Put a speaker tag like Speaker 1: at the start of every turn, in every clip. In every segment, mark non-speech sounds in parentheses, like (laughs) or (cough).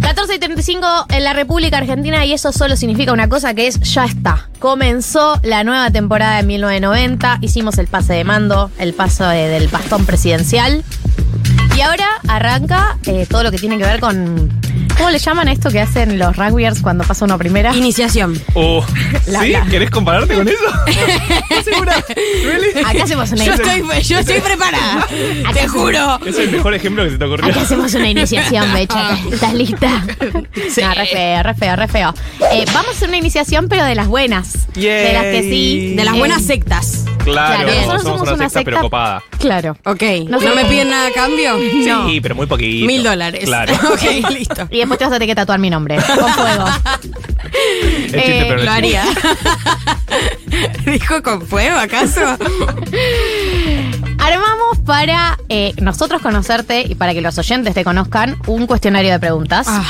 Speaker 1: 14 y 35 en la República Argentina y eso solo significa una cosa que es ya está. Comenzó la nueva temporada de 1990, hicimos el pase de mando, el paso de- del bastón presidencial y ahora arranca eh, todo lo que tiene que ver con... ¿Cómo le llaman a esto que hacen los rugbyers cuando pasa una
Speaker 2: Ah.
Speaker 1: primera?
Speaker 2: Iniciación.
Speaker 3: (laughs) Oh,
Speaker 1: La-
Speaker 3: ¿Sí?
Speaker 1: la-
Speaker 3: ¿Querés compararte con eso? (laughs) ¿Estás segura? ¿Really?
Speaker 1: Acá hacemos una
Speaker 2: (laughs) Yo estoy, yo estoy (laughs) preparada. Te juro.
Speaker 3: Es el mejor ejemplo que se te ocurrió.
Speaker 1: Acá hacemos una iniciación, Becha. ¿Estás lista?
Speaker 2: Sí.
Speaker 1: No, re feo, re feo, re feo. Eh, vamos a hacer una iniciación, pero de las buenas.
Speaker 3: Yay.
Speaker 1: De las que sí.
Speaker 2: De las
Speaker 1: Eh,
Speaker 2: buenas sectas.
Speaker 3: Claro,
Speaker 1: Claro,
Speaker 3: somos, una, secta, pero copada.
Speaker 1: Claro.
Speaker 2: Ok.
Speaker 1: No
Speaker 2: ¿No,
Speaker 1: sé.
Speaker 2: me piden nada a cambio? No.
Speaker 3: Sí, pero muy poquito.
Speaker 2: Mil
Speaker 1: (laughs)
Speaker 2: dólares.
Speaker 3: Claro.
Speaker 2: (laughs) Ok, listo.
Speaker 1: Y después te vas a tener que tatuar mi nombre. Con fuego.
Speaker 3: (laughs)
Speaker 1: (laughs) Eh,
Speaker 3: Es chiste, pero no es
Speaker 2: Lo
Speaker 3: chiste.
Speaker 2: haría. (laughs) ¿Dijo con fuego acaso?
Speaker 1: Armamos para eh, nosotros conocerte y para que los oyentes te conozcan un cuestionario de preguntas.
Speaker 2: Ah,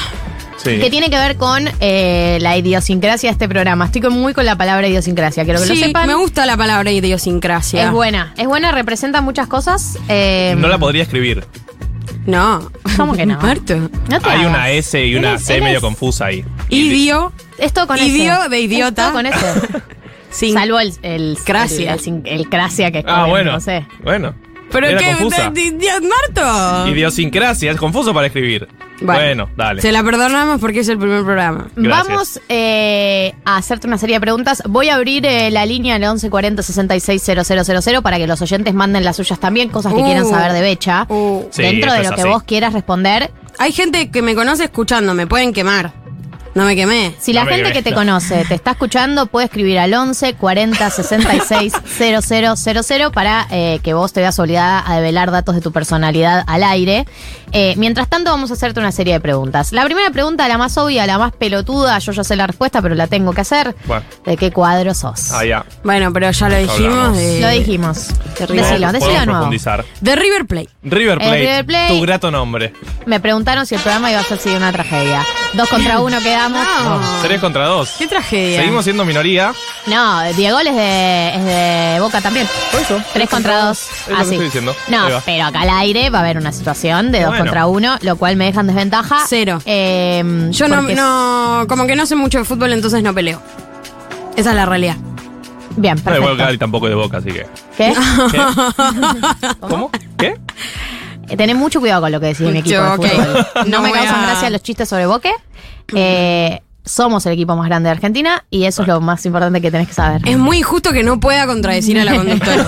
Speaker 3: Sí.
Speaker 1: Que tiene que ver con eh, la idiosincrasia de este programa. Estoy con- muy con la palabra idiosincrasia, quiero que
Speaker 2: sí,
Speaker 1: lo sepan.
Speaker 2: me gusta la palabra idiosincrasia.
Speaker 1: Es buena, es buena, representa muchas cosas. eh,
Speaker 3: No la podría escribir.
Speaker 2: No.
Speaker 1: ¿Cómo que no?
Speaker 2: (laughs) Marto.
Speaker 1: no te
Speaker 3: Hay
Speaker 1: hagas.
Speaker 3: una S y una
Speaker 1: Eres-
Speaker 3: C
Speaker 1: eres-
Speaker 3: medio confusa ahí.
Speaker 2: Idio.
Speaker 1: Es todo con
Speaker 2: Idio
Speaker 1: ese.
Speaker 2: de
Speaker 1: Es
Speaker 2: idiota.
Speaker 1: todo con
Speaker 2: (laughs)
Speaker 1: ese.
Speaker 2: Sin.
Speaker 1: Salvo el, el,
Speaker 2: Cracia.
Speaker 1: el, el- el cracia que es
Speaker 3: Ah,
Speaker 1: joven,
Speaker 3: bueno.
Speaker 1: No sé.
Speaker 3: Bueno.
Speaker 2: Pero
Speaker 3: Era
Speaker 2: qué.
Speaker 3: confusa.
Speaker 2: di- di- Marto.
Speaker 3: Idiosincrasia, es confuso para escribir. Bueno, dale.
Speaker 2: Se la perdonamos porque es el primer programa.
Speaker 3: Gracias.
Speaker 1: Vamos eh, a hacerte una serie de preguntas. Voy a abrir eh, la línea al 1140 660000 para que los oyentes manden las suyas también, cosas que
Speaker 2: Uh.
Speaker 1: quieran saber de Becha.
Speaker 2: Uh.
Speaker 3: Sí,
Speaker 1: Dentro de lo
Speaker 3: eso es
Speaker 1: que
Speaker 3: así.
Speaker 1: vos quieras responder.
Speaker 2: Hay gente que me conoce escuchando, me pueden quemar. No me quemé.
Speaker 1: Si la
Speaker 3: No me
Speaker 1: gente que
Speaker 3: quemé,
Speaker 1: te
Speaker 3: no.
Speaker 1: conoce te está escuchando, puede escribir al 1140 660000 para eh, que vos te veas obligada a develar datos de tu personalidad al aire. Eh, mientras tanto, vamos a hacerte una serie de preguntas. La primera pregunta, la más obvia, la más pelotuda, yo ya sé la respuesta, pero la tengo que hacer.
Speaker 3: Bueno.
Speaker 1: ¿De qué cuadro sos? Eh,
Speaker 3: Ah, ya.
Speaker 2: Bueno, pero ya lo dijimos.
Speaker 3: Hablamos.
Speaker 2: De,
Speaker 1: Lo dijimos.
Speaker 2: Terrible.
Speaker 1: Decilo,
Speaker 3: Podemos
Speaker 1: decilo de nuevo.
Speaker 3: profundizar.
Speaker 2: de River Plate.
Speaker 3: River
Speaker 1: Eh,
Speaker 3: Plate,
Speaker 1: River Plate.
Speaker 3: tu grato nombre.
Speaker 1: Me preguntaron si el programa iba a ser así una tragedia. Dos contra uno quedamos.
Speaker 2: No.
Speaker 3: Tres contra dos.
Speaker 2: Qué tragedia.
Speaker 3: Seguimos siendo minoría.
Speaker 1: No, Diego es de, es de Boca también. Tres contra dos.
Speaker 3: Es lo que
Speaker 1: así.
Speaker 3: estoy diciendo. Ahí
Speaker 1: No,
Speaker 3: va.
Speaker 1: pero acá al aire va a haber una situación de dos
Speaker 3: Bueno.
Speaker 1: contra uno, lo cual me deja en desventaja.
Speaker 2: Cero.
Speaker 1: Eh,
Speaker 2: Yo no,
Speaker 1: porque-
Speaker 2: no- como que no sé mucho de fútbol, entonces no peleo. Esa es la realidad.
Speaker 1: Bien,
Speaker 3: No de Boca
Speaker 1: perfecto.
Speaker 3: y tampoco de Boca, así que.
Speaker 1: ¿Qué?
Speaker 2: (laughs)
Speaker 3: ¿Cómo? ¿Qué?
Speaker 1: Eh, Tenés mucho cuidado con lo que decís de mi equipo
Speaker 2: Yo,
Speaker 1: de
Speaker 2: ok. (laughs)
Speaker 1: fútbol. No,
Speaker 2: No
Speaker 1: me
Speaker 2: voy
Speaker 1: causan
Speaker 2: a-
Speaker 1: gracia los chistes sobre Boque. Eh, somos el equipo más grande de Argentina y eso es lo más importante que tenés que saber.
Speaker 2: Es muy injusto que no pueda contradecir a la
Speaker 3: (laughs)
Speaker 2: conductora.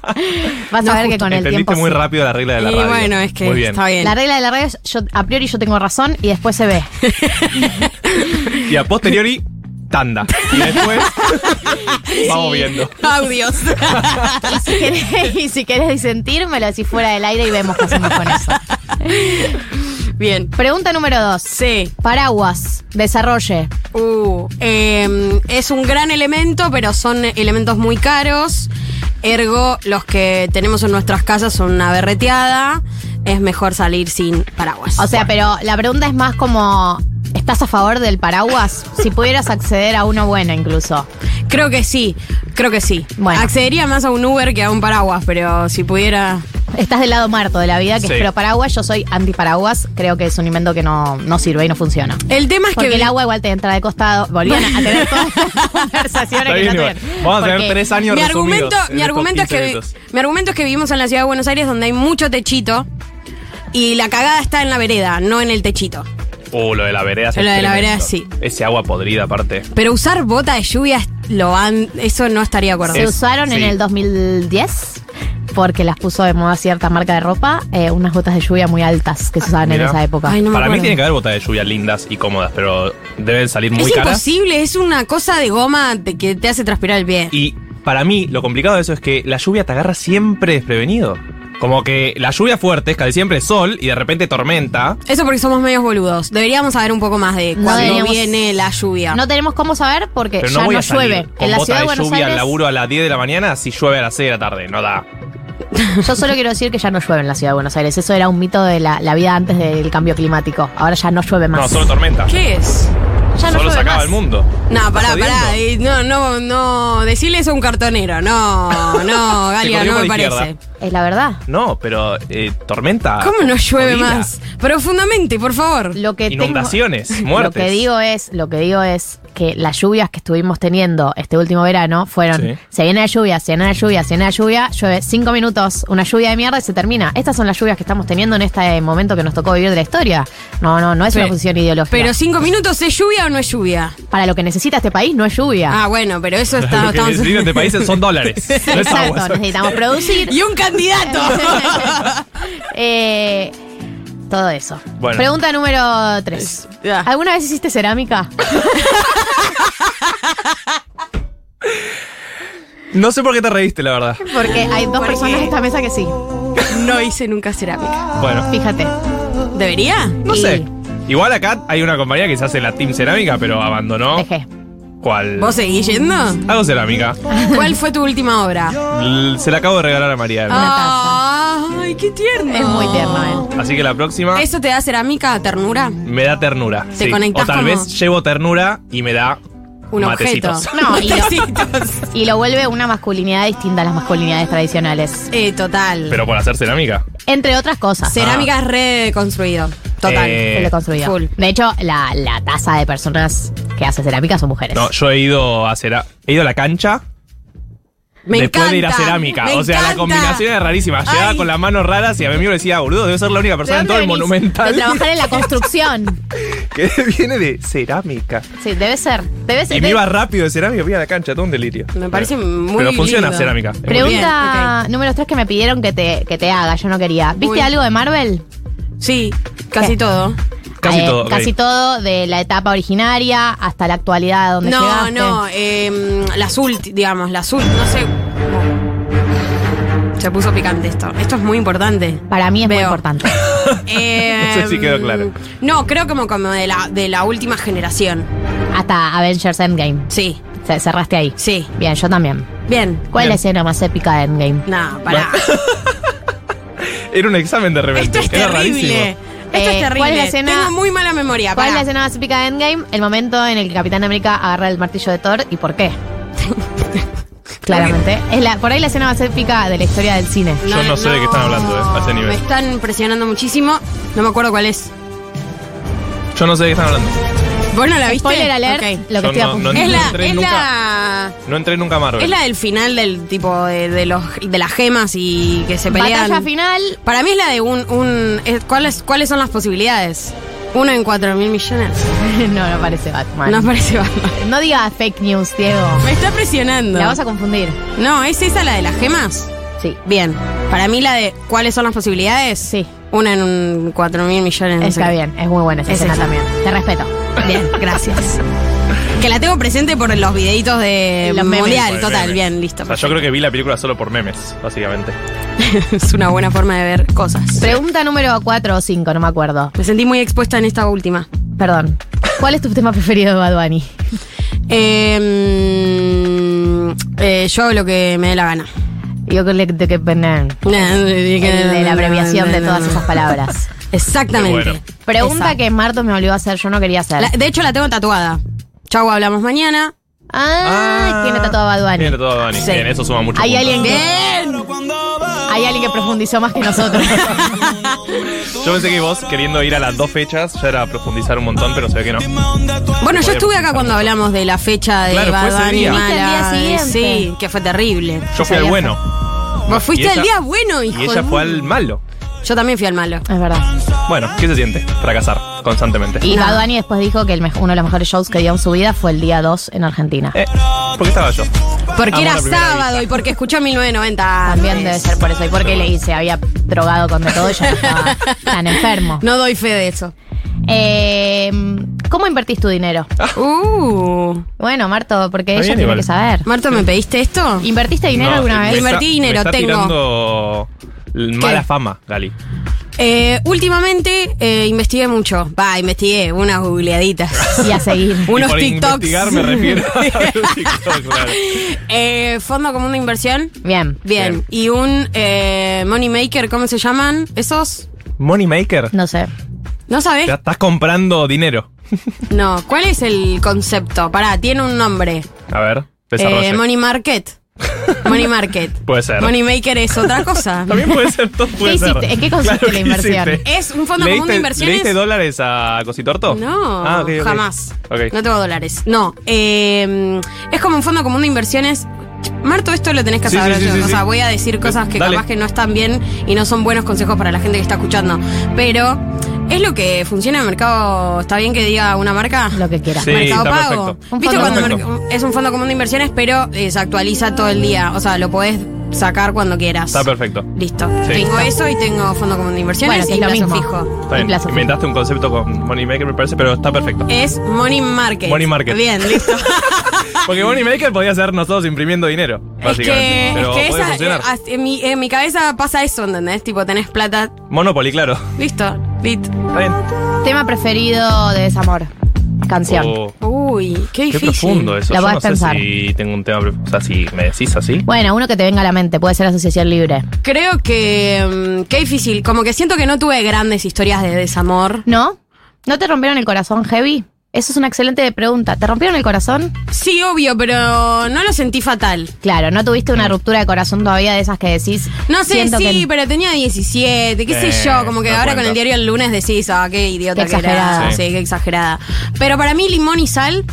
Speaker 1: (laughs) Vas
Speaker 2: No,
Speaker 1: a ver que
Speaker 2: justo.
Speaker 1: con el tiempo.
Speaker 3: Entendiste muy
Speaker 1: sí.
Speaker 3: rápido la regla de la
Speaker 2: y
Speaker 3: radio.
Speaker 2: bueno, es que
Speaker 3: Muy bien.
Speaker 2: está bien.
Speaker 1: La regla de la radio es yo, a priori yo tengo razón y después se ve.
Speaker 3: Y a posteriori, tanda. Y después,
Speaker 2: (laughs)
Speaker 3: vamos viendo.
Speaker 2: Audios. (laughs)
Speaker 1: Y si querés, (laughs) y si querés disentir, me lo decís fuera del aire y vemos qué hacemos con eso.
Speaker 2: bien.
Speaker 1: Pregunta número dos.
Speaker 2: Sí.
Speaker 1: Paraguas, desarrolle.
Speaker 2: Uh, eh, es un gran elemento, pero son elementos muy caros. Ergo, los que tenemos en nuestras casas son una berreteada. Es mejor salir sin paraguas.
Speaker 1: O sea, pero la pregunta es más como, ¿estás a favor del paraguas? Si pudieras acceder a uno bueno incluso.
Speaker 2: creo que sí, creo que sí.
Speaker 1: Bueno.
Speaker 2: Accedería más a un Uber que a un paraguas, pero si pudiera.
Speaker 1: Estás del lado muerto de la vida, que
Speaker 3: Sí.
Speaker 1: es pro paraguas. Yo soy anti paraguas. Creo que es un invento que no, no sirve y no funciona.
Speaker 2: El tema es
Speaker 1: Porque
Speaker 2: que.
Speaker 1: el agua igual te entra de costado. Volvían a tener todas
Speaker 3: (laughs)
Speaker 1: estas conversaciones que
Speaker 3: Está
Speaker 1: no
Speaker 3: bien, igual.
Speaker 1: tuvieron.
Speaker 3: Vamos a tener
Speaker 1: Porque-
Speaker 3: tres años
Speaker 2: Mi
Speaker 3: resumidos
Speaker 2: argumento,
Speaker 3: en
Speaker 2: mi
Speaker 3: estos
Speaker 2: argumento es
Speaker 3: 15
Speaker 2: que vi-
Speaker 3: minutos.
Speaker 2: mi argumento es que vivimos en la ciudad de Buenos Aires donde hay mucho techito y la cagada está en la vereda, no en el techito.
Speaker 3: Uh, lo de la vereda es
Speaker 2: Lo de la
Speaker 3: tremendo.
Speaker 2: vereda, sí.
Speaker 3: Ese agua podrida, aparte.
Speaker 2: Pero usar bota de lluvia es- lo han- eso no estaría de acuerdo.
Speaker 1: Se
Speaker 3: Es-
Speaker 1: usaron en
Speaker 3: sí.
Speaker 1: el 2010 porque las puso de moda cierta marca de ropa, eh, unas gotas de lluvia muy altas que se usaban en
Speaker 3: Mirá.
Speaker 1: esa época.
Speaker 2: Ay, no me
Speaker 3: Para mí
Speaker 2: acuerdo.
Speaker 3: tiene que haber botas de lluvia lindas y cómodas, pero deben salir muy
Speaker 2: es
Speaker 3: caras.
Speaker 2: imposible, es una cosa de goma te- que te hace transpirar el pie.
Speaker 3: Y para mí, lo complicado de eso es que la lluvia te agarra siempre desprevenido. Como que la lluvia fuerte es casi siempre sol y de repente tormenta.
Speaker 2: Eso porque somos medios boludos. Deberíamos saber un poco más de
Speaker 1: No
Speaker 2: cuando
Speaker 1: deberíamos-
Speaker 2: viene la lluvia.
Speaker 1: No tenemos cómo saber porque
Speaker 3: Pero no
Speaker 1: Eh, ya no,
Speaker 3: voy a salir
Speaker 1: llueve.
Speaker 3: con
Speaker 1: En la
Speaker 3: bota
Speaker 1: ciudad de
Speaker 3: de
Speaker 1: Buenos
Speaker 3: lluvia al
Speaker 1: Aires,
Speaker 3: laburo a las 10 de la mañana si llueve a las 6 de la tarde. No da.
Speaker 1: yo solo quiero decir que ya no llueve en la ciudad de Buenos Aires. Eso era un mito de la, la vida antes del cambio climático. Ahora ya no llueve más.
Speaker 3: No, solo tormenta.
Speaker 2: ¿Qué es?
Speaker 1: ya no
Speaker 3: solo se
Speaker 1: llueve
Speaker 3: acaba
Speaker 1: más.
Speaker 3: el mundo.
Speaker 2: No,
Speaker 3: ¿Estás
Speaker 2: pará,
Speaker 3: jodiendo?
Speaker 2: pará. eh, No, no, no. Decirle eso a un cartonero. No, no, Galia,
Speaker 3: corrió
Speaker 2: no
Speaker 3: por (laughs)
Speaker 2: me
Speaker 3: la
Speaker 2: parece.
Speaker 3: izquierda.
Speaker 1: es la verdad.
Speaker 3: No, pero eh, tormenta.
Speaker 2: ¿Cómo no llueve
Speaker 3: jodida.
Speaker 2: más? Profundamente, por favor.
Speaker 1: Lo que tengo-
Speaker 3: Inundaciones,
Speaker 1: (laughs)
Speaker 3: muertes.
Speaker 1: Lo que
Speaker 3: (laughs)
Speaker 1: digo es, lo que digo es que las lluvias que estuvimos teniendo este último verano fueron
Speaker 3: Sí.
Speaker 1: se viene la lluvia, se viene la lluvia, se viene la lluvia, llueve cinco minutos, una lluvia de mierda y se termina. Estas son las lluvias que estamos teniendo en este momento que nos tocó vivir de la historia. No, no, no es una
Speaker 2: Sí.
Speaker 1: posición ideológica.
Speaker 2: Pero cinco minutos, ¿es lluvia o no es lluvia?
Speaker 1: para lo que necesita este país no es lluvia.
Speaker 2: Ah, bueno, pero eso está.
Speaker 3: (laughs) Lo que
Speaker 2: estamos- (laughs)
Speaker 3: necesitan este país son dólares. No es
Speaker 1: Exacto,
Speaker 3: agua.
Speaker 1: necesitamos producir. (laughs)
Speaker 2: y un candidato. (laughs)
Speaker 1: Eh, todo eso.
Speaker 3: Bueno.
Speaker 1: Pregunta número 3.
Speaker 2: Ya.
Speaker 1: ¿Alguna vez hiciste
Speaker 2: (laughs)
Speaker 1: cerámica?
Speaker 3: No sé por qué te reíste, la verdad.
Speaker 1: Porque hay dos
Speaker 2: ¿Por
Speaker 1: personas
Speaker 2: qué?
Speaker 1: en esta mesa que sí.
Speaker 2: no hice nunca cerámica.
Speaker 3: Bueno,
Speaker 1: Fíjate.
Speaker 2: ¿Debería?
Speaker 3: no
Speaker 1: Y-
Speaker 3: sé. Igual acá hay una compañía que se hace la Team Cerámica, pero abandonó.
Speaker 1: Dejé.
Speaker 3: ¿Cuál?
Speaker 2: ¿Vos seguís yendo?
Speaker 3: Hago cerámica.
Speaker 2: ¿Cuál fue tu última obra?
Speaker 3: L- Se la acabo de regalar a María. Hermes.
Speaker 2: Ay, qué tierno. eh.
Speaker 1: Es muy tierno
Speaker 2: Ah.
Speaker 3: Así que la próxima
Speaker 2: ¿Eso te da cerámica, ternura?
Speaker 3: me da ternura.
Speaker 2: Te
Speaker 3: sí.
Speaker 2: conectás
Speaker 3: O tal
Speaker 2: como-
Speaker 3: vez llevo ternura y me da
Speaker 2: Un
Speaker 3: matecitos.
Speaker 2: objeto.
Speaker 1: No,
Speaker 2: (laughs)
Speaker 1: y lo,
Speaker 2: Matecitos.
Speaker 1: y lo vuelve una masculinidad distinta a las masculinidades tradicionales.
Speaker 2: Eh, total.
Speaker 3: (laughs) Pero por hacer cerámica.
Speaker 1: Entre otras cosas.
Speaker 2: cerámica es reconstruido. Total.
Speaker 3: Eh,
Speaker 1: Se le construyó.
Speaker 2: full.
Speaker 1: De hecho, la, la tasa de personas que hacen cerámica son mujeres.
Speaker 3: No, yo he ido a cera- he ido a la cancha
Speaker 2: Me
Speaker 3: después
Speaker 2: encanta.
Speaker 3: de ir a cerámica.
Speaker 2: Me
Speaker 3: o sea, la
Speaker 2: encanta.
Speaker 3: combinación era rarísima. Llegaba
Speaker 2: Ay.
Speaker 3: con las manos raras y a mi amigo le decía, boludo, debe ser la única persona en todo el
Speaker 1: De
Speaker 3: monumental
Speaker 1: trabajar en la construcción.
Speaker 3: (laughs) que viene de cerámica.
Speaker 1: Sí, debe ser. Debe ser.
Speaker 3: Y me iba rápido de cerámica, voy a la cancha, todo un delirio.
Speaker 2: Me parece
Speaker 3: Pero-
Speaker 2: muy
Speaker 3: Pero funciona
Speaker 2: lindo.
Speaker 3: cerámica. es muy
Speaker 2: Pregun-
Speaker 3: lindo.
Speaker 1: Pregunta
Speaker 2: Bien,
Speaker 1: número 3 que me pidieron que te, que te haga, yo no quería. ¿Viste
Speaker 2: Uy.
Speaker 1: algo de Marvel?
Speaker 2: Sí, casi
Speaker 1: ¿Qué?
Speaker 2: todo.
Speaker 3: Casi
Speaker 1: Eh,
Speaker 3: todo. ok.
Speaker 1: Casi todo, de la etapa originaria hasta la actualidad donde
Speaker 2: No,
Speaker 1: llegaste.
Speaker 2: no, eh, las ulti, digamos, las ulti, no sé. Se puso picante esto. Esto es muy importante.
Speaker 1: Para mí es muy
Speaker 2: Veo.
Speaker 1: importante.
Speaker 2: Eh,
Speaker 3: (laughs) No sé si quedó claro.
Speaker 2: No, creo como, como de, la, de la última generación.
Speaker 1: Hasta Avengers Endgame.
Speaker 2: Sí,
Speaker 1: Ce- Cerraste ahí.
Speaker 2: sí.
Speaker 1: Bien, yo también.
Speaker 2: Bien.
Speaker 1: ¿Cuál es la
Speaker 3: Bien.
Speaker 1: escena más épica de Endgame?
Speaker 2: No, pará.
Speaker 3: Era un examen de
Speaker 2: Esto
Speaker 3: repente.
Speaker 2: es
Speaker 3: era
Speaker 2: terrible.
Speaker 3: rarísimo.
Speaker 2: Esto
Speaker 1: Eh,
Speaker 2: es terrible.
Speaker 1: ¿cuál es la escena-
Speaker 2: Tengo muy mala memoria.
Speaker 1: ¿Cuál es la
Speaker 2: Ah, pará.
Speaker 1: escena más épica de Endgame? El momento en el que Capitán América agarra el martillo de Thor y
Speaker 2: (laughs)
Speaker 1: por qué. Claramente. Es la, por ahí la escena más épica de la historia del cine.
Speaker 3: Yo no sé de qué están hablando, eh, a ese nivel.
Speaker 2: Me están presionando muchísimo. No me acuerdo cuál es.
Speaker 3: Yo no sé de qué están hablando.
Speaker 2: ¿Vos no la viste?
Speaker 1: Spoiler alert,
Speaker 2: Ok.
Speaker 1: lo que
Speaker 3: Yo
Speaker 1: estoy a
Speaker 3: no-
Speaker 1: punto-
Speaker 3: no-
Speaker 2: Es la,
Speaker 3: entré
Speaker 2: es
Speaker 3: nunca.
Speaker 2: la,
Speaker 3: No entré nunca a Marvel.
Speaker 2: es la del final del tipo de, de los de las gemas y que se pelean.
Speaker 1: Batalla final. (laughs)
Speaker 2: Para mí es la de un, un es- ¿cuáles cuáles son las posibilidades? Uno en cuatro mil millones.
Speaker 1: no, no parece Batman.
Speaker 2: No parece Batman.
Speaker 1: No digas fake news, Diego.
Speaker 2: (laughs) Me está presionando.
Speaker 1: La vas a confundir.
Speaker 2: No, ¿es esa la de las gemas?
Speaker 1: Sí.
Speaker 2: Bien. Para mí la de cuáles son las posibilidades.
Speaker 1: Sí.
Speaker 2: Una en cuatro mil millones. no sé
Speaker 1: Está
Speaker 2: qué.
Speaker 1: bien, es muy buena esa
Speaker 2: Es
Speaker 1: escena
Speaker 2: esa.
Speaker 1: también. Te respeto.
Speaker 2: Bien, gracias. que la tengo presente por los videitos de
Speaker 1: Los memes.
Speaker 2: mundial,
Speaker 3: Por el
Speaker 2: total,
Speaker 3: meme.
Speaker 2: bien,
Speaker 1: (laughs)
Speaker 2: listo.
Speaker 3: O sea, yo creo que vi la película solo por memes, básicamente.
Speaker 2: es una buena forma de ver cosas.
Speaker 1: (laughs) Pregunta número 4 o 5, no me acuerdo.
Speaker 2: Me sentí muy expuesta en esta última.
Speaker 1: Perdón. ¿Cuál es tu tema preferido de Bad Bunny?
Speaker 2: Eh, mm, eh, yo hago lo que me dé la gana.
Speaker 1: Yo creo que de que pena.
Speaker 2: (laughs)
Speaker 1: El de la abreviación de todas esas palabras.
Speaker 2: Exactamente.
Speaker 3: Qué bueno.
Speaker 1: Pregunta
Speaker 2: Exacto.
Speaker 1: que Marto me obligó a hacer, yo no quería hacer.
Speaker 2: La- de hecho, la tengo tatuada. Chau, hablamos mañana.
Speaker 1: Ah, tiene tatuado a Bad
Speaker 3: Tiene
Speaker 1: Bunny.
Speaker 3: tatuado a Bad Bunny.
Speaker 2: Sí.
Speaker 3: Bien, eso suma mucho.
Speaker 1: Hay
Speaker 3: punto.
Speaker 1: alguien que,
Speaker 2: Bien.
Speaker 1: hay alguien que profundizó más que
Speaker 3: (laughs)
Speaker 1: nosotros.
Speaker 3: Yo pensé que vos, queriendo ir a las dos fechas, ya era profundizar un montón, pero se ve que no.
Speaker 2: Bueno, yo
Speaker 3: Podemos
Speaker 2: estuve acá
Speaker 3: pensar
Speaker 2: cuando hablamos de la fecha de
Speaker 3: Claro, fue
Speaker 2: Bad
Speaker 3: ese
Speaker 2: Bunny
Speaker 3: día.
Speaker 2: Mala.
Speaker 1: Fuiste el día siguiente.
Speaker 2: Sí, que fue terrible.
Speaker 3: Yo fui al
Speaker 1: Sabía
Speaker 3: bueno.
Speaker 2: Vos fuiste
Speaker 3: Y
Speaker 2: al
Speaker 3: ella-
Speaker 2: día bueno, hijo.
Speaker 3: Y ella
Speaker 2: de-
Speaker 3: fue al malo.
Speaker 2: Yo también fui al malo.
Speaker 1: Es verdad.
Speaker 3: Bueno, ¿qué se siente? Fracasar constantemente.
Speaker 1: Y
Speaker 2: No.
Speaker 1: Bad Bunny después dijo que el mej- uno de los mejores shows que dio en su vida fue el día 2 en Argentina.
Speaker 3: Eh, ¿Por qué estaba yo?
Speaker 2: Porque
Speaker 3: Amor
Speaker 2: era
Speaker 3: a primera
Speaker 2: sábado
Speaker 3: vista.
Speaker 2: y porque escuchó 1990.
Speaker 1: También debe ser por eso. ¿Y porque le se había drogado con de todo y ya no
Speaker 3: (laughs)
Speaker 1: estaba Ah, tan enfermo?
Speaker 2: No doy fe de eso.
Speaker 1: Eh, ¿Cómo invertís tu dinero?
Speaker 2: Uh.
Speaker 1: Bueno, Marto, porque
Speaker 3: Ah. Está
Speaker 1: ella
Speaker 3: bien
Speaker 1: tiene
Speaker 3: igual.
Speaker 1: que saber.
Speaker 2: Marta, ¿me pediste esto?
Speaker 1: ¿Invertiste dinero
Speaker 3: No,
Speaker 1: alguna
Speaker 3: me
Speaker 1: vez?
Speaker 3: está-
Speaker 2: Invertí dinero,
Speaker 3: me está
Speaker 2: tengo.
Speaker 3: tirando mala
Speaker 2: ¿Qué?
Speaker 3: fama, Gali.
Speaker 2: Eh, últimamente eh, investigué mucho. Va, investigué unas googleaditas.
Speaker 1: Y a seguir.
Speaker 3: Y
Speaker 2: Unos
Speaker 3: por
Speaker 2: TikToks.
Speaker 3: investigar me refiero a los TikToks, claro.
Speaker 2: (laughs) Eh, Fondo Común de Inversión.
Speaker 1: Bien.
Speaker 2: Bien.
Speaker 3: Bien.
Speaker 2: Y un eh, Money Maker, ¿cómo se llaman? ¿Esos?
Speaker 3: Money Maker.
Speaker 1: No sé.
Speaker 2: ¿No sabes?
Speaker 3: Ya estás comprando dinero.
Speaker 2: No. ¿Cuál es el concepto? Pará, tiene un nombre.
Speaker 3: A ver,
Speaker 2: Eh,
Speaker 3: desarrolla. (laughs)
Speaker 2: Money Market. Money Market.
Speaker 3: Puede ser.
Speaker 2: Money Maker es otra
Speaker 3: (laughs)
Speaker 2: cosa.
Speaker 3: También puede ser, todo puede
Speaker 1: ¿Qué
Speaker 3: ser.
Speaker 1: hiciste? ¿En qué consiste
Speaker 3: Claro,
Speaker 1: la
Speaker 3: ¿qué
Speaker 1: inversión?
Speaker 3: hiciste?
Speaker 2: Es un fondo
Speaker 3: ¿Leíste,
Speaker 2: común de inversiones.
Speaker 3: ¿Leíste dólares a Cositorto?
Speaker 2: No,
Speaker 3: Ah, ok, ok.
Speaker 2: jamás.
Speaker 3: Ok.
Speaker 2: No tengo dólares. No, eh, es como un fondo común de inversiones. Marto, esto lo tenés que
Speaker 3: Sí,
Speaker 2: saber.
Speaker 3: sí, sí,
Speaker 2: yo.
Speaker 3: sí,
Speaker 2: o sea,
Speaker 3: sí. Eh,
Speaker 2: voy a decir cosas que
Speaker 3: Dale.
Speaker 2: capaz que no están bien y no son buenos consejos para la gente que está escuchando. Pero es lo que funciona en el mercado. ¿Está bien que diga una marca?
Speaker 1: Lo que quieras.
Speaker 3: Sí,
Speaker 2: mercado
Speaker 3: está
Speaker 2: Pago.
Speaker 3: perfecto.
Speaker 1: Un
Speaker 2: ¿Viste
Speaker 1: fondo
Speaker 2: cuando
Speaker 3: perfecto.
Speaker 2: merc- es un fondo común de inversiones, pero eh, se actualiza todo el día? O sea, lo podés sacar cuando quieras.
Speaker 3: Está perfecto.
Speaker 2: Listo.
Speaker 3: Sí.
Speaker 2: Tengo eso y tengo fondo común de
Speaker 1: Bueno,
Speaker 2: inversiones
Speaker 1: que es
Speaker 2: y
Speaker 1: lo
Speaker 2: plazo
Speaker 1: mismo.
Speaker 2: fijo.
Speaker 3: Está
Speaker 1: Y
Speaker 3: bien.
Speaker 1: plazo fijo.
Speaker 3: Inventaste un concepto con Moneymaker, me parece, pero está perfecto.
Speaker 2: Es Money Market.
Speaker 3: Money Market.
Speaker 2: Bien,
Speaker 3: (laughs)
Speaker 2: listo. (laughs)
Speaker 3: Porque Moneymaker podía ser nosotros imprimiendo dinero,
Speaker 2: es que,
Speaker 3: básicamente.
Speaker 2: es
Speaker 3: pero
Speaker 2: que
Speaker 3: puede
Speaker 2: esa-
Speaker 3: funcionar.
Speaker 2: eh, as- en, mi, en mi cabeza pasa eso, ¿entendés? Tipo, tenés plata,
Speaker 3: Monopoly, claro.
Speaker 2: listo, lit.
Speaker 3: Está bien.
Speaker 1: Tema preferido de desamor. Canción.
Speaker 3: Oh,
Speaker 2: Uy, qué
Speaker 3: qué
Speaker 2: difícil.
Speaker 3: profundo eso.
Speaker 1: La
Speaker 3: Yo
Speaker 1: podés
Speaker 3: no sé
Speaker 1: pensar.
Speaker 3: si tengo un tema. pre- O sea, si me decís así.
Speaker 1: Bueno, uno que te venga a la mente, puede ser asociación libre.
Speaker 2: Creo que... mm, qué difícil. Como que siento que no tuve grandes historias de desamor.
Speaker 1: ¿No? ¿No te rompieron el corazón, Heavy? Eso es una excelente pregunta. ¿Te rompieron el corazón?
Speaker 2: Sí, obvio, pero no lo sentí fatal.
Speaker 1: Claro, no tuviste una ruptura de corazón todavía de esas que decís.
Speaker 2: No sé,
Speaker 1: siento
Speaker 2: sí,
Speaker 1: que-
Speaker 2: pero tenía 17, qué sé
Speaker 3: Eh,
Speaker 2: yo, como que
Speaker 3: no
Speaker 2: ahora con
Speaker 3: cuenta.
Speaker 2: el diario el lunes decís, ah, qué idiota
Speaker 1: Qué
Speaker 2: que era.
Speaker 1: exagerada.
Speaker 2: Sí.
Speaker 3: Sí.
Speaker 2: qué exagerada. Pero para mí limón y sal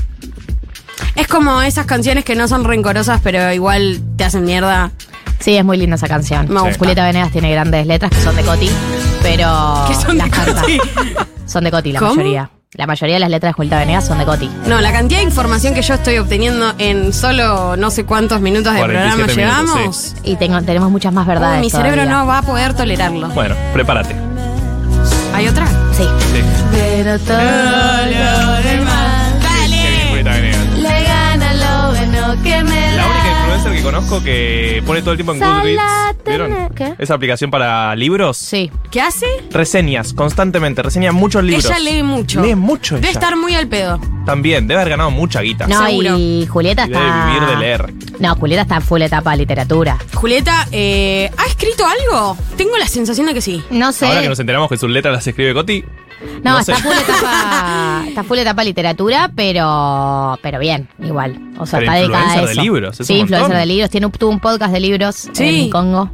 Speaker 2: es como esas canciones que no son rencorosas, pero igual te hacen mierda.
Speaker 1: Sí, es muy linda esa canción.
Speaker 2: Me gusta.
Speaker 1: Julieta Venegas tiene grandes letras que son de Coti, pero.
Speaker 2: Que son de
Speaker 1: las canta.
Speaker 2: Coti.
Speaker 1: Son de Coti, la
Speaker 2: ¿Cómo?
Speaker 1: mayoría. La mayoría de las letras de Julieta Venegas son de Coti.
Speaker 2: No, la cantidad de información que yo estoy obteniendo en solo no sé cuántos minutos de
Speaker 3: 47
Speaker 2: programa
Speaker 3: minutos,
Speaker 2: llevamos.
Speaker 3: sí.
Speaker 1: Y tengo, tenemos muchas más
Speaker 2: Uy,
Speaker 1: verdades.
Speaker 2: mi cerebro
Speaker 1: todavía.
Speaker 2: no va a poder tolerarlo.
Speaker 3: Bueno, prepárate.
Speaker 2: ¿Hay otra?
Speaker 1: Sí.
Speaker 3: Sí.
Speaker 1: Pero todo lo demás
Speaker 3: Qué bien,
Speaker 2: Dale.
Speaker 3: Julieta Venegas.
Speaker 1: le gana lo bueno que me
Speaker 3: La única influencer que conozco que pone todo el tiempo en
Speaker 1: Sala
Speaker 3: Goodreads. ¿Vieron?
Speaker 1: tener- ¿Qué?
Speaker 3: Esa aplicación para libros.
Speaker 1: Sí.
Speaker 2: ¿Qué hace?
Speaker 3: Reseñas, constantemente. Reseña muchos libros.
Speaker 2: Ella lee mucho.
Speaker 3: Lee mucho
Speaker 2: Debe
Speaker 3: ella.
Speaker 2: estar muy al pedo.
Speaker 3: También, debe haber ganado mucha guita.
Speaker 1: No,
Speaker 2: Seguro.
Speaker 1: y Julieta
Speaker 3: Y debe
Speaker 1: está.
Speaker 3: vivir de leer.
Speaker 1: No, Julieta está en full etapa de literatura.
Speaker 2: Julieta, eh, ¿ha escrito algo? Tengo la sensación de que sí.
Speaker 1: No sé.
Speaker 3: Ahora que nos enteramos que sus letras las escribe Coti.
Speaker 1: no,
Speaker 3: no sé.
Speaker 1: está
Speaker 3: (laughs)
Speaker 1: full etapa. está full etapa literatura, pero. Pero bien, igual. O sea,
Speaker 3: Pero
Speaker 1: está dedicada a
Speaker 3: influencer de
Speaker 1: eso.
Speaker 3: libros, es
Speaker 1: sí,
Speaker 3: un
Speaker 1: influencer
Speaker 3: montón.
Speaker 1: de libros. Tiene, un- tuvo un podcast de libros
Speaker 2: Sí.
Speaker 1: en Congo.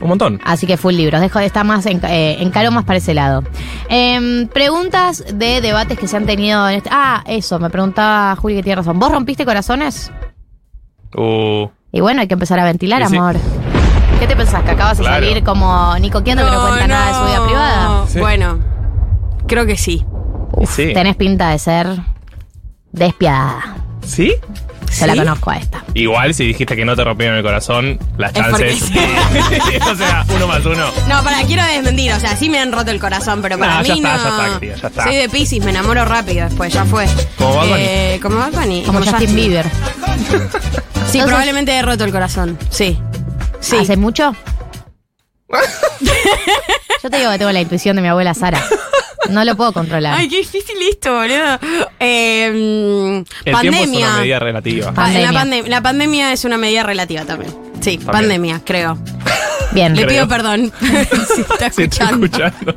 Speaker 3: Un montón.
Speaker 1: Así que full libros. Dejo, está más en, eh, encaro más para ese lado. Em, preguntas de debates que se han tenido en este. Ah, eso, me preguntaba Juli que tiene razón. ¿Vos rompiste corazones?
Speaker 3: Uh,
Speaker 1: Y bueno, hay que empezar a ventilar,
Speaker 3: Y sí.
Speaker 1: amor. ¿Qué te pensás? ¿Que acabas de
Speaker 3: Claro.
Speaker 1: salir como Nico Quiendo que no cuenta nada de su vida privada?
Speaker 3: Sí.
Speaker 2: Bueno, creo que sí.
Speaker 3: sí.
Speaker 1: Tenés pinta de ser despiadada.
Speaker 3: ¿Sí?
Speaker 1: Se la
Speaker 2: ¿Sí?
Speaker 1: conozco a esta.
Speaker 3: Igual si dijiste que no te rompieron el corazón, las
Speaker 2: Es porque
Speaker 3: chances. (laughs) o sea, uno más uno.
Speaker 2: No, para, quiero desmentir. O sea, sí me han roto el corazón, pero para
Speaker 3: No,
Speaker 2: mí
Speaker 3: ya
Speaker 2: no.
Speaker 3: está, ya está, querida, ya está.
Speaker 2: Soy de Pisces, me enamoro rápido después, ya fue.
Speaker 3: Como Bad Bunny.
Speaker 2: Eh, como Bad Bunny.
Speaker 1: Como
Speaker 2: como
Speaker 1: Justin, Bieber.
Speaker 2: Sí,
Speaker 1: Entonces-
Speaker 2: probablemente he roto el corazón. Sí. Sí.
Speaker 1: ¿Hace
Speaker 2: (laughs)
Speaker 1: mucho? Yo te digo que tengo la intuición de mi abuela Sara. No lo puedo controlar.
Speaker 2: Ay, qué difícil esto, boludo. Eh, mm,
Speaker 3: El
Speaker 2: pandemia.
Speaker 3: tiempo es una medida relativa.
Speaker 2: Pa- La,
Speaker 1: Pandemia.
Speaker 2: pandem- la pandemia es una medida relativa también. Sí,
Speaker 3: También.
Speaker 2: pandemia, creo.
Speaker 1: Bien.
Speaker 2: Le
Speaker 3: Creo.
Speaker 2: pido (laughs) perdón si está
Speaker 3: (laughs) Sí, estoy
Speaker 2: escuchando.
Speaker 3: escuchando.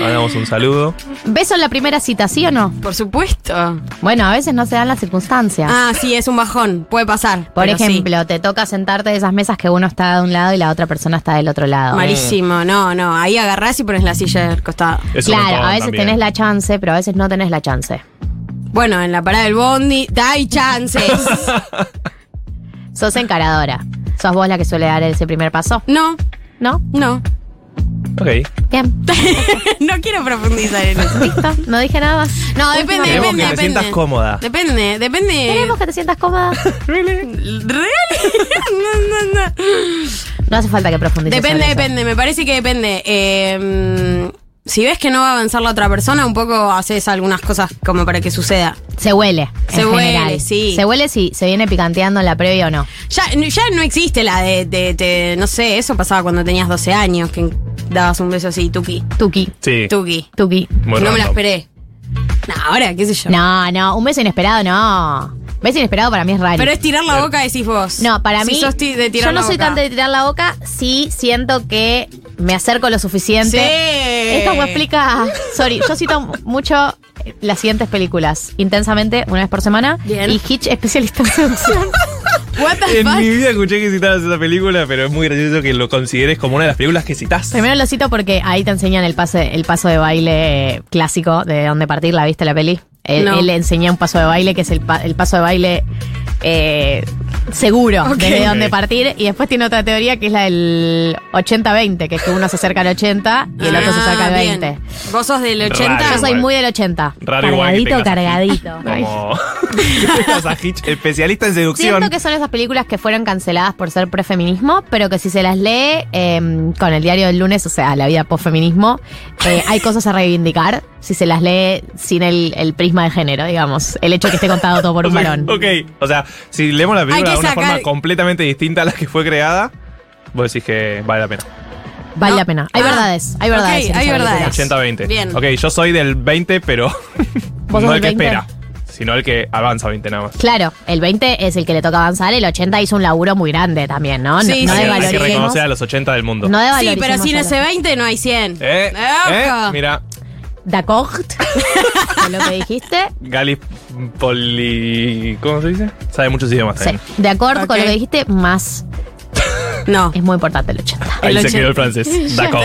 Speaker 3: Mandamos un saludo.
Speaker 1: ¿Beso en la primera cita, sí o no?
Speaker 2: Por supuesto.
Speaker 1: Bueno, a veces no se dan las circunstancias.
Speaker 2: Ah, sí, es un bajón. Puede pasar.
Speaker 1: Por
Speaker 2: pero sí.
Speaker 1: ejemplo, te toca sentarte de esas mesas que uno está de un lado y la otra persona está del otro
Speaker 2: eh.
Speaker 1: lado.
Speaker 2: Malísimo. No, no. Ahí agarrás y pones la silla del costado.
Speaker 3: Es un
Speaker 1: claro,
Speaker 3: montón
Speaker 1: a veces
Speaker 3: también.
Speaker 1: tenés la chance, pero a veces no tenés la chance.
Speaker 2: Bueno, en la parada del bondi, hay chances. (laughs)
Speaker 1: Sos encaradora. Sos vos la que suele dar ese primer paso,
Speaker 2: No,
Speaker 1: ¿no?
Speaker 2: no.
Speaker 3: Ok.
Speaker 1: Bien.
Speaker 2: (laughs) no quiero profundizar en eso.
Speaker 1: Listo, no dije nada más.
Speaker 2: No, depende,
Speaker 3: Queremos
Speaker 2: depende,
Speaker 3: que te
Speaker 2: depende.
Speaker 3: sientas cómoda.
Speaker 2: Depende, depende.
Speaker 1: Queremos que te sientas cómoda.
Speaker 2: ¿Real? (laughs) no, no, no.
Speaker 1: No hace falta que profundices.
Speaker 2: Depende,
Speaker 1: sobre eso.
Speaker 2: depende, me parece que depende. Eh, mm, si ves que no va a avanzar la otra persona, un poco haces algunas cosas como para que suceda.
Speaker 1: Se huele.
Speaker 2: Se
Speaker 1: en
Speaker 2: huele,
Speaker 1: general.
Speaker 2: sí.
Speaker 1: Se huele si se viene picanteando en la previa o no.
Speaker 2: Ya, ya no existe la de, de- de- no sé, eso pasaba cuando tenías 12 años, que dabas un beso así, tuki,
Speaker 1: Tuki,
Speaker 3: Sí.
Speaker 2: tuki.
Speaker 1: tuki.
Speaker 3: Muy
Speaker 2: no me la
Speaker 3: random.
Speaker 2: esperé. No, ahora, qué sé yo.
Speaker 1: No, no, un beso inesperado no. Beso inesperado para mí es raro.
Speaker 2: Pero es tirar la boca, decís vos.
Speaker 1: No, para
Speaker 2: Si
Speaker 1: mí.
Speaker 2: sos ti- de tirar
Speaker 1: yo no
Speaker 2: la
Speaker 1: soy
Speaker 2: boca.
Speaker 1: tan de tirar la boca, sí siento que me acerco lo
Speaker 2: Sí.
Speaker 1: suficiente. Esto me explica. Sorry, yo cito mucho las siguientes películas. Intensamente, una vez por semana.
Speaker 2: Bien. (laughs)
Speaker 1: Y Hitch, especialista en seducción. What the
Speaker 3: en
Speaker 1: fuck?
Speaker 3: mi vida escuché que citaras esa película, pero es muy gracioso que lo consideres como una de las películas que citas.
Speaker 1: Primero lo cito porque ahí te enseñan el, pase, el paso de baile eh, clásico de dónde partir. ¿La viste la peli? Él,
Speaker 2: No.
Speaker 1: él le enseña un paso de baile que es el, pa- el paso de baile eh, seguro
Speaker 2: Ok.
Speaker 1: desde dónde
Speaker 3: Ok.
Speaker 1: partir. Y después tiene otra teoría que es la del 80-20, que es que uno se acerca al 80 y el otro se acerca al
Speaker 2: Ah,
Speaker 1: 20.
Speaker 2: bien. Vos sos del 80.
Speaker 3: Raro.
Speaker 1: Yo soy
Speaker 3: igual.
Speaker 1: muy del 80.
Speaker 3: Raro igual que
Speaker 1: cargadito, cargadito. (laughs)
Speaker 3: tengas- (laughs)
Speaker 1: Ay.
Speaker 3: Como Tenemos a Hitch, especialista en seducción.
Speaker 1: Siento que son esas películas que fueron canceladas por ser prefeminismo, pero que si se las lee eh, con el diario del lunes, o sea, la vida postfeminismo, eh,
Speaker 2: (laughs)
Speaker 1: hay cosas a reivindicar si se las lee sin el, el prisma de género, digamos. El hecho de que esté contado todo por
Speaker 3: O
Speaker 2: (laughs)
Speaker 1: un
Speaker 3: sea,
Speaker 1: varón.
Speaker 3: ok, o sea, si leemos la película
Speaker 2: Hay
Speaker 3: de
Speaker 2: que
Speaker 3: una
Speaker 2: sacar-
Speaker 3: forma completamente distinta a la que fue creada, vos decís que vale la pena.
Speaker 1: Vale
Speaker 2: No.
Speaker 1: la pena. Hay
Speaker 2: Ah,
Speaker 1: verdades, hay
Speaker 2: ok,
Speaker 1: verdades. en
Speaker 2: hay
Speaker 1: esa película.
Speaker 2: verdades.
Speaker 3: 80-20.
Speaker 2: Bien.
Speaker 3: Ok, yo soy del 20, (laughs) pero
Speaker 1: ¿Vos
Speaker 3: no
Speaker 1: sos
Speaker 3: el que
Speaker 1: del 20?
Speaker 3: espera, sino el que avanza 20 nada más.
Speaker 1: Claro, el 20 es el que le toca avanzar, el 80 hizo un laburo muy grande también, ¿no? No-
Speaker 2: Sí,
Speaker 1: no,
Speaker 2: sí.
Speaker 3: hay, que- hay que
Speaker 1: desvaloricemos-
Speaker 3: reconocer a los 80 del mundo.
Speaker 1: no
Speaker 2: Sí,
Speaker 1: desvaloricemos
Speaker 2: pero sin
Speaker 1: a
Speaker 2: ese
Speaker 1: los-
Speaker 2: 20 no hay 100.
Speaker 3: ¿Eh? ¿Eh?
Speaker 2: Ojo.
Speaker 3: Mira,
Speaker 2: (laughs)
Speaker 1: D'accord, de lo que dijiste.
Speaker 3: Galis Poli... ¿Cómo se dice? Sabe muchos idiomas
Speaker 1: Sí,
Speaker 3: también.
Speaker 1: de acuerdo con
Speaker 2: Ok.
Speaker 1: lo que dijiste, más
Speaker 2: No.
Speaker 1: es muy importante el 80.
Speaker 3: Ahí
Speaker 2: El
Speaker 3: se quedó
Speaker 2: 80. (laughs)
Speaker 3: el francés. D'accord.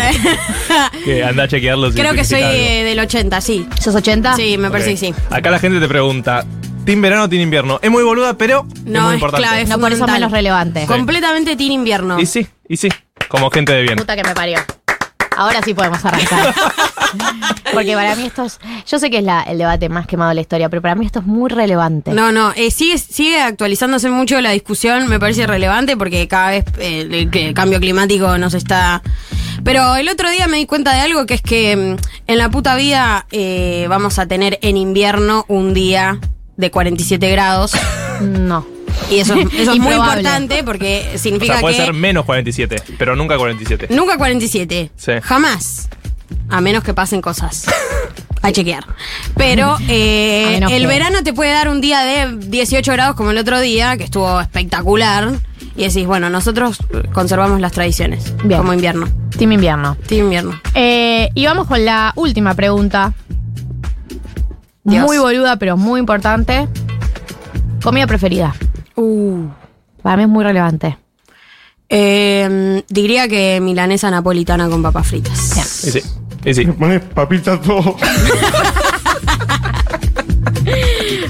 Speaker 3: que anda a chequear los
Speaker 2: Creo que soy
Speaker 3: significados.
Speaker 2: eh, del 80, sí.
Speaker 1: ¿Sos 80?
Speaker 2: Sí, me parece
Speaker 3: Ok.
Speaker 2: que sí.
Speaker 3: Acá la gente te pregunta, ¿team verano o team invierno? Es muy boluda, pero es
Speaker 2: No,
Speaker 3: muy
Speaker 2: es,
Speaker 3: importante.
Speaker 2: clave. es
Speaker 1: No, por eso
Speaker 2: fundamental.
Speaker 1: menos relevante.
Speaker 2: Completamente tiene invierno.
Speaker 3: Y sí, y sí, como gente de bien.
Speaker 1: Puta que me parió. Ahora sí podemos
Speaker 2: (laughs)
Speaker 1: arrancar. Porque para mí esto es. Yo sé que es la- el debate más quemado de la historia, pero para mí esto es muy relevante.
Speaker 2: No, no, eh, sigue, sigue actualizándose mucho la discusión, me parece relevante porque cada vez eh, el, que- el cambio climático nos está... Pero el otro día me di cuenta de algo que es que mm, en la puta vida eh, vamos a tener en invierno un día de 47 grados
Speaker 1: No.
Speaker 2: y eso, es- eso
Speaker 3: (laughs)
Speaker 2: es muy
Speaker 1: Improbable.
Speaker 2: importante porque
Speaker 3: O
Speaker 2: significa
Speaker 3: sea, puede
Speaker 2: que
Speaker 3: ser menos 47, pero nunca 47.
Speaker 2: nunca 47,
Speaker 3: Sí.
Speaker 2: jamás, a menos que
Speaker 1: (laughs)
Speaker 2: pasen cosas. A chequear. Pero eh,
Speaker 1: A menos
Speaker 2: el
Speaker 1: que-
Speaker 2: verano te puede dar un día de 18 grados como el otro día, que estuvo espectacular. Y decís, bueno, nosotros conservamos las tradiciones.
Speaker 1: Bien.
Speaker 2: Como invierno.
Speaker 1: Team invierno.
Speaker 2: Sí, invierno.
Speaker 1: Eh, y vamos con la última pregunta.
Speaker 2: Dios.
Speaker 1: Muy boluda, pero muy importante. Comida preferida. Uh. Para mí es muy relevante.
Speaker 2: Eh, diría que milanesa napolitana con papas fritas.
Speaker 3: Y sí, y sí.
Speaker 4: Me pones papita todo.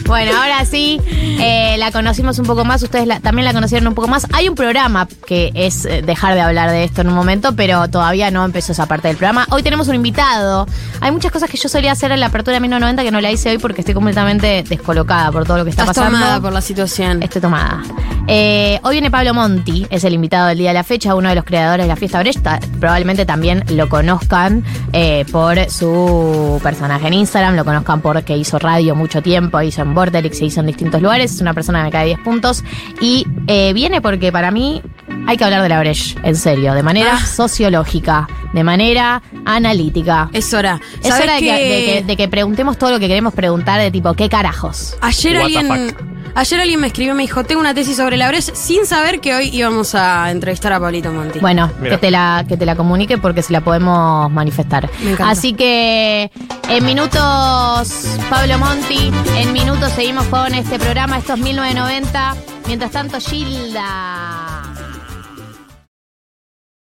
Speaker 1: Bueno, ahora sí, eh, la conocimos un poco más, ustedes la- también la conocieron un poco más. Hay un programa que es eh, dejar de hablar de esto en un momento, pero todavía no empezó esa parte del programa. Hoy tenemos un invitado. Hay muchas cosas que yo solía hacer en la apertura de 1990 que no la hice hoy porque estoy completamente descolocada por todo lo que está
Speaker 2: Estás
Speaker 1: pasando.
Speaker 2: tomada por la situación.
Speaker 1: Estoy tomada. Eh, hoy viene Pablo Monti, es el invitado del día de la fecha, uno de los creadores de la fiesta Bresta. Probablemente también lo conozcan eh, por su personaje en Instagram, lo conozcan porque hizo radio mucho tiempo, hizo en Borderix, se hizo en distintos lugares. Es una persona que me cae 10 puntos. Y eh, viene porque para mí hay que hablar de la Breche, en serio, de manera
Speaker 2: Ah.
Speaker 1: sociológica, de manera analítica.
Speaker 2: Es hora.
Speaker 1: Es
Speaker 2: ¿Sabés
Speaker 1: hora de que,
Speaker 2: qué?
Speaker 1: de que- de que preguntemos todo lo que queremos preguntar, de tipo, ¿qué carajos?
Speaker 2: Ayer
Speaker 3: What the
Speaker 2: alguien, ayer alguien me escribió, me dijo, tengo una tesis sobre la brecha sin saber que hoy íbamos a entrevistar a Pablito Monti.
Speaker 1: Bueno,
Speaker 3: Mira.
Speaker 1: que te, la, que te la comunique porque se la podemos manifestar.
Speaker 2: Me encanta.
Speaker 1: Así que en minutos, Pablo Monti, en minutos seguimos con este programa, estos 1990. Mientras tanto, Gilda.